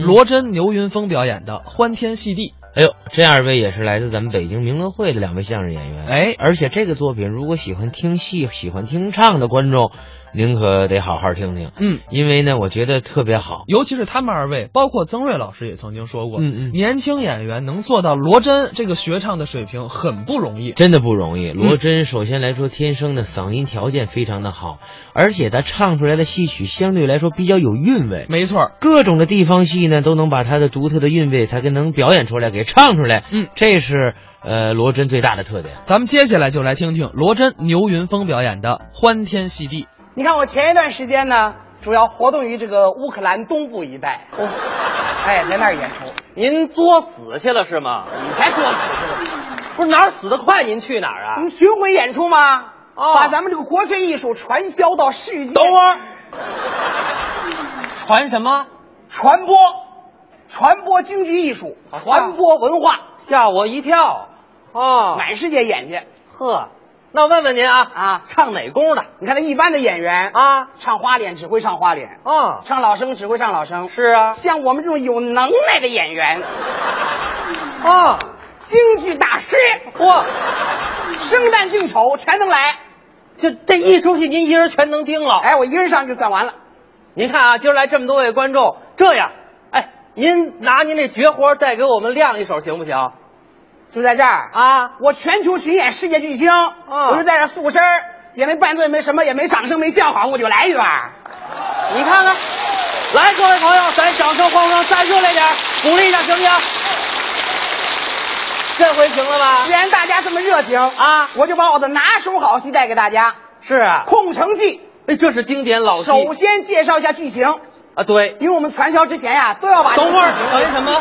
罗真、牛云峰表演的《欢天喜地》。哎呦，这二位也是来自咱们北京明乐会的两位相声演员。哎而且这个作品，如果喜欢听戏、喜欢听唱的观众，您可得好好听听，嗯，因为呢，我觉得特别好。尤其是他们二位，包括曾瑞老师也曾经说过，嗯嗯年轻演员能做到罗真这个学唱的水平很不容易。真的不容易。嗯罗真首先来说，天生的嗓音条件非常的好，而且他唱出来的戏曲相对来说比较有韵味。没错儿，各种的地方戏呢，都能把他的独特的韵味才给能表演出来，给唱出来。嗯，这是呃罗真最大的特点。咱们接下来就来听听罗真、牛云峰表演的《欢天喜地》。你看我前一段时间呢，主要活动于这个乌克兰东部一带，哦、哎，在那儿演出。啊您作死去了是吗？你才多死不是哪儿死得快，您去哪儿我啊？们巡回演出吗？哦把咱们这个国学艺术传销到世界。等会儿，传什么？传播，传播京剧艺术，好啊传播文化，吓我一跳！哦，满世界演去。呵，那我问问您啊啊唱哪宫的你看那一般的演员，啊？唱花脸只会唱花脸，啊，唱老生只会唱老生。是啊，像我们这种有能耐的演 员，哦啊，京剧大师，嚯，生旦净丑全能来。这这一出戏您一人全能听了。，哎，我一人上去算完了。您看啊，今儿来这么多位观众，这样，哎，您拿您这绝活再给我们亮一手行不行？就在这儿啊！啊，嗯我全球巡演世界巨星，我就在这儿素身儿也没伴奏，也没什么，也没掌声，没叫好，我就来一段。你看看，来，各位朋友，咱掌声欢呼声再热烈点儿，鼓励一下行不行？这回行了吧既？然大家这么热情啊我就把我的拿手好戏带给大家，是啊《空城计哎，这是经典老》。戏首先介绍一下剧情，啊，对。因为我们传销之前呀、都要把等会儿，剧情等什么？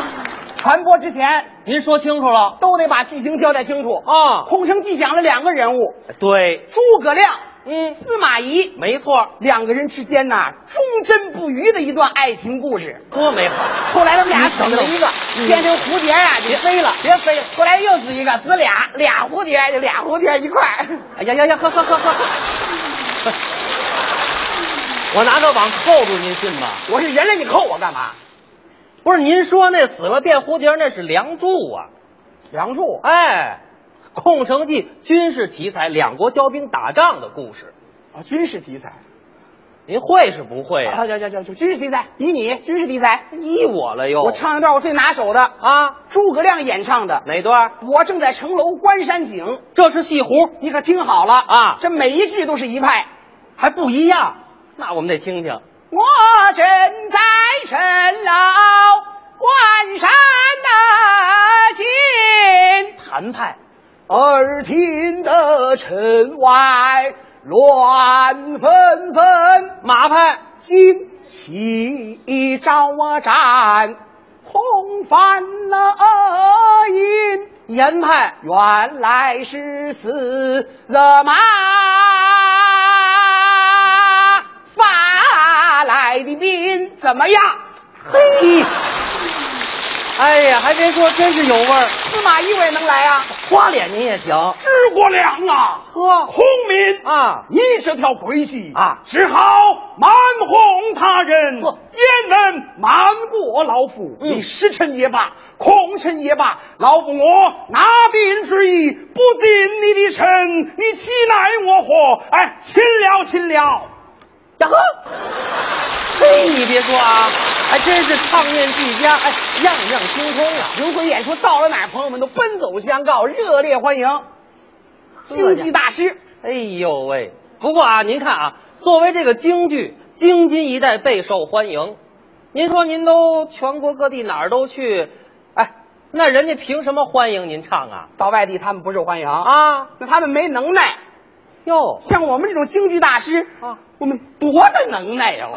传播之前您说清楚了都得把剧情交代清楚。啊《空城计》讲了两个人物，对，诸葛亮、嗯，司马懿，没错，两个人之间呐、忠贞不渝的一段爱情故事。多美好！后来他们俩死了一个，变成蝴蝶啊，就嗯飞了。别飞了！后来又死一个，死俩，俩蝴蝶，就俩蝴蝶一块儿。哎呀呀呀，呵呵呵呵呵。我拿着网扣住您信吗？我是人类，你扣我干嘛？不是，您说那死了变蝴蝶，那是梁祝啊。梁祝，哎，《空城计》军事题材，两国交兵打仗的故事，啊，军事题材，您会是不会呀、啊，哎就就就就军事题材，以你军事题材，依我了又。我唱一段我最拿手的，啊，诸葛亮演唱的。哪段？我正在城楼观山景，这是戏胡，你可听好了啊这每一句都是一派。还不一样。那我们得听听。我正在城楼观山景。谭派耳听得城外乱纷纷，马派旌旗招展，红啊翻了印。严派原来是死了马发来的兵，怎么样？嘿，哎呀，还别说，真是有味儿。司马懿我也能来啊！花脸您也行，诸葛亮啊，呵孔明啊，你这条鬼计啊只好蛮哄他人，呵焉能瞒过老夫？嗯你时辰也罢，空辰也罢，老夫我拿兵之意不尽你的臣，你岂奈我何？哎，擒了，擒了！呀呵，嘿，你别说啊，还真是唱念俱佳，哎，样样精通啊。巡回演出到了哪儿，朋友们都奔走相告，热烈欢迎。京剧大师，哎呦喂！不过啊，您看啊，作为这个京剧，京津一带备受欢迎。您说您都全国各地哪儿都去，哎，那人家凭什么欢迎您唱啊？到外地他们不受欢迎啊，啊那他们没能耐。哟，像我们这种京剧大师啊，我们多大能耐呀、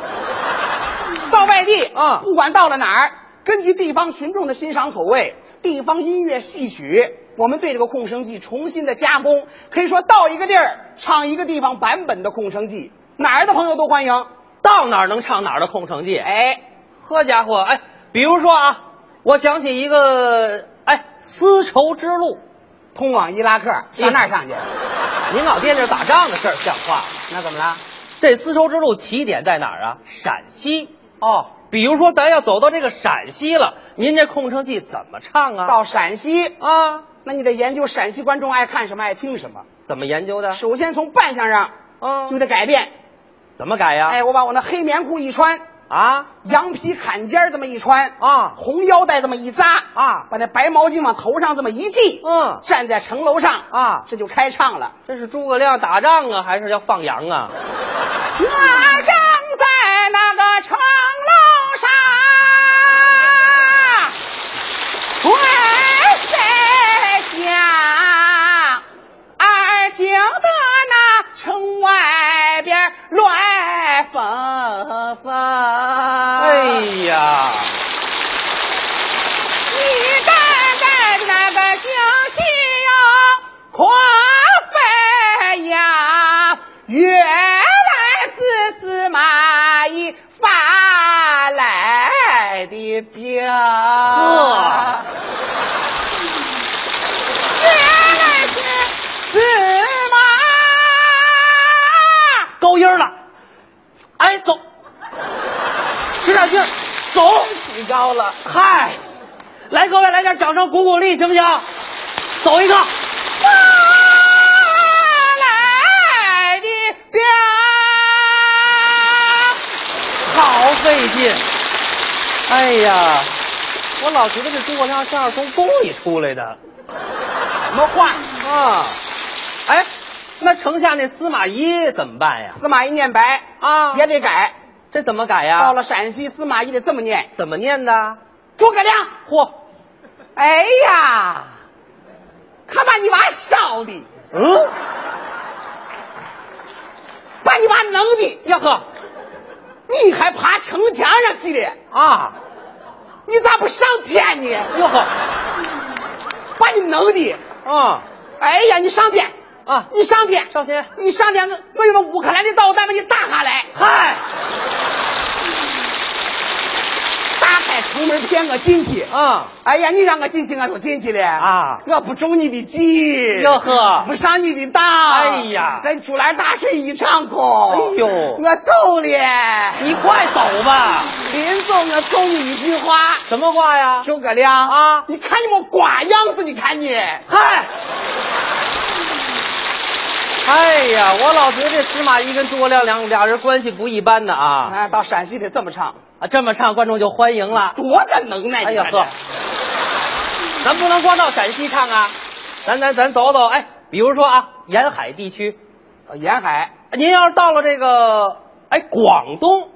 到外地啊不管到了哪儿，根据地方群众的欣赏口味、地方音乐戏曲，我们对这个《空城计》重新的加工，可以说到一个地儿唱一个地方版本的《空城计》，哪儿的朋友都欢迎。到哪儿能唱哪儿的空城计？，哎，呵家伙，哎，比如说啊，我想起一个，哎，丝绸之路，通往伊拉克，嗯上那儿唱去？您老惦记着打仗的事儿，像话吗？那怎么了？这丝绸之路起点在哪儿啊？陕西。哦，比如说咱要走到这个陕西了，您这空城计怎么唱啊？到陕西，啊，那你得研究陕西观众爱看什么，爱听什么。怎么研究的？首先从扮相上啊，就得改变。怎么改呀？哎，我把我那黑棉裤一穿，啊羊皮坎肩儿这么一穿，啊红腰带这么一扎，啊把那白毛巾往头上这么一系，嗯站在城楼上，啊！这就开唱了。这是诸葛亮打仗啊，还是要放羊啊？我正在那个城楼上，我在想二经的那城外边乱风风。啊哎呀，你看看那个京戏呀，狂飞呀，原来是司马懿发来的兵。原呵来是司马高音儿了，哎， 走，使点劲儿，走，起高了。嗨，来各位来点掌声鼓鼓力，行不行？走一个，发来的兵。好费劲。哎呀，我老觉得这诸葛亮像是从宫里出来的什么话？啊。哎，那城下那司马懿怎么办呀？司马懿念白啊也得改。这怎么改呀？到了陕西，司马懿得这么念：怎么念的？诸葛亮，嚯，哎呀，看把你娃烧的，嗯，把你娃弄的，呀呵，你还爬城墙上去的？啊，你咋不上天呢？哟呵，把你弄的，啊哎呀，你上天，啊，你上天，上天，你上天，我我用那乌克兰的导弹把你打下来。嗨，打开城门骗我进去。啊，哎呀，你让我进去，我就进去了啊我不中你的计，哟呵不上你的当。哎呀咱竹篮打水一场空。哎呦我走了。你快走吧。临走我送你一句话，什么话呀？诸葛亮啊你看你们瓜样子，你看你，嗨，哎呀，我老觉得这司马懿跟诸葛亮两俩人关系不一般的啊啊，到陕西得这么唱，啊！这么唱观众就欢迎了。多大能耐！啊哎你呀看这呵，咱不能光到陕西唱啊，咱咱咱走走哎，比如说啊，沿海地区，呃沿海您要是到了这个哎广东，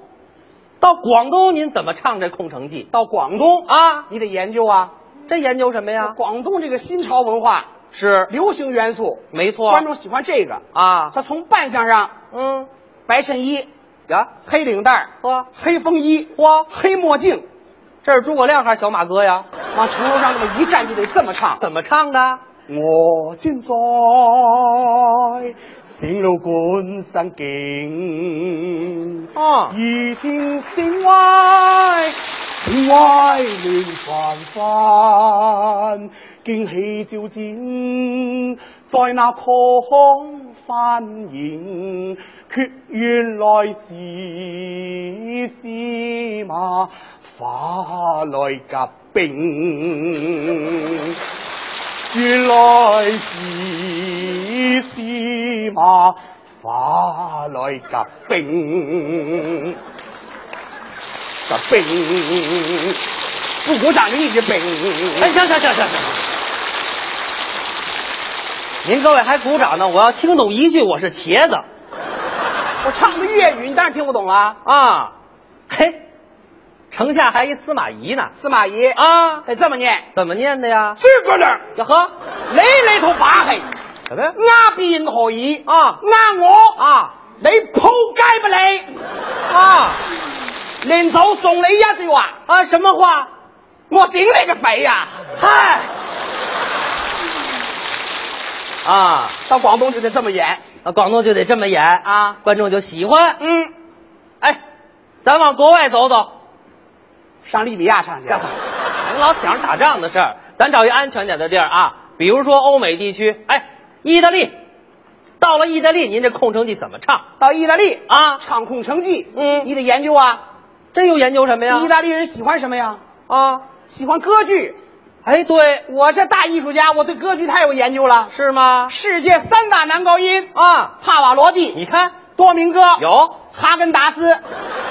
到广东您怎么唱这空城计到广东，啊？你得研究啊。这研究什么呀？广东这个新潮文化是流行元素，没错，观众喜欢这个。啊，他从扮相上，嗯白衬衣、呀黑领带、呵黑风衣、嚯，黑墨镜，这是诸葛亮还是小马哥呀？往城楼上这么一站，就得这么唱。怎么唱的？我今在醒路观山景，哦，一听城外，城外乱翻翻，惊喜照展，在那狂翻影，却原来是司马法来夹兵。原来是司马法来夹兵，夹兵，不鼓掌的一直兵。哎，行行行行行。您各位还鼓掌呢，我要听懂一句我是茄子我唱的粤语，你当然听不懂了。啊！嘿，城下还一司马懿呢司马懿，啊？得这么念：怎么念的呀？诸葛亮，呀呵，你里头把戏，什么呀？我便可以，啊啱我，啊你扑街不啊你，临走送你一句话，啊！什么话？我顶你个肺呀、嗨啊！到广东就得这么演啊，广东就得这么演啊，啊，观众就喜欢。嗯。哎，咱往国外走走。上利比亚唱去。咱老想着打仗的事儿，咱找一安全点的地儿啊，比如说欧美地区，哎，意大利。到了意大利，您这空城计怎么唱到意大利啊？唱空城计，嗯你得研究啊。这又研究什么呀？意大利人喜欢什么呀？啊，喜欢歌剧。哎，对，我这大艺术家，我对歌剧太有研究了。是吗？世界三大男高音，啊，帕瓦罗蒂、你看多明戈、有，哈根达斯，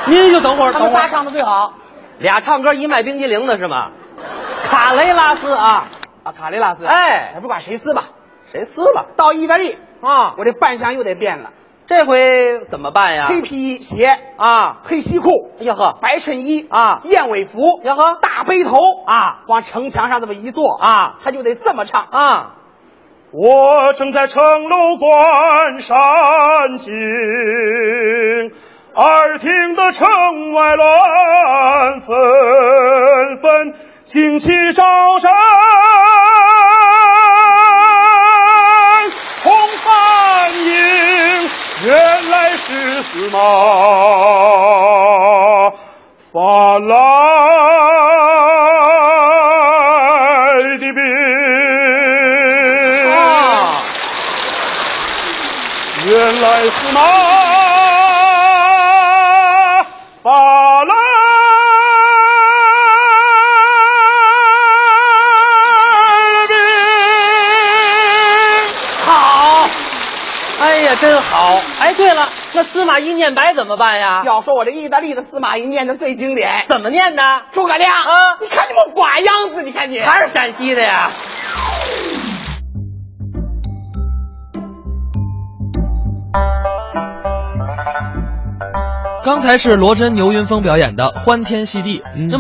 您就等会儿，他等们会仨儿，唱的最好。俩唱歌一卖冰激凌的是吗？ 卡雷拉斯啊，啊，卡雷拉斯，哎也不管谁撕吧。谁撕了到意大利，啊？我这扮相又得变了，这回怎么办呀？黑皮鞋，啊，黑西裤，哎呀呵，白衬衣啊燕尾服，呀呵大背头啊往城墙上这么一坐，啊他就得这么唱。啊，我正在城楼观山景，耳听得城外乱纷纷，旌旗招展，红帆影，原来是司马翻来的兵。啊，原来是马法来兵。好，哎呀，真好。哎，对了，那司马懿念白怎么办呀？要说我这意大利的司马懿念的最经典，怎么念的？诸葛亮啊你看你们瓜样子，你看你还是陕西的呀？刚才是罗真、牛云峰表演的《欢天喜地》。那嗯么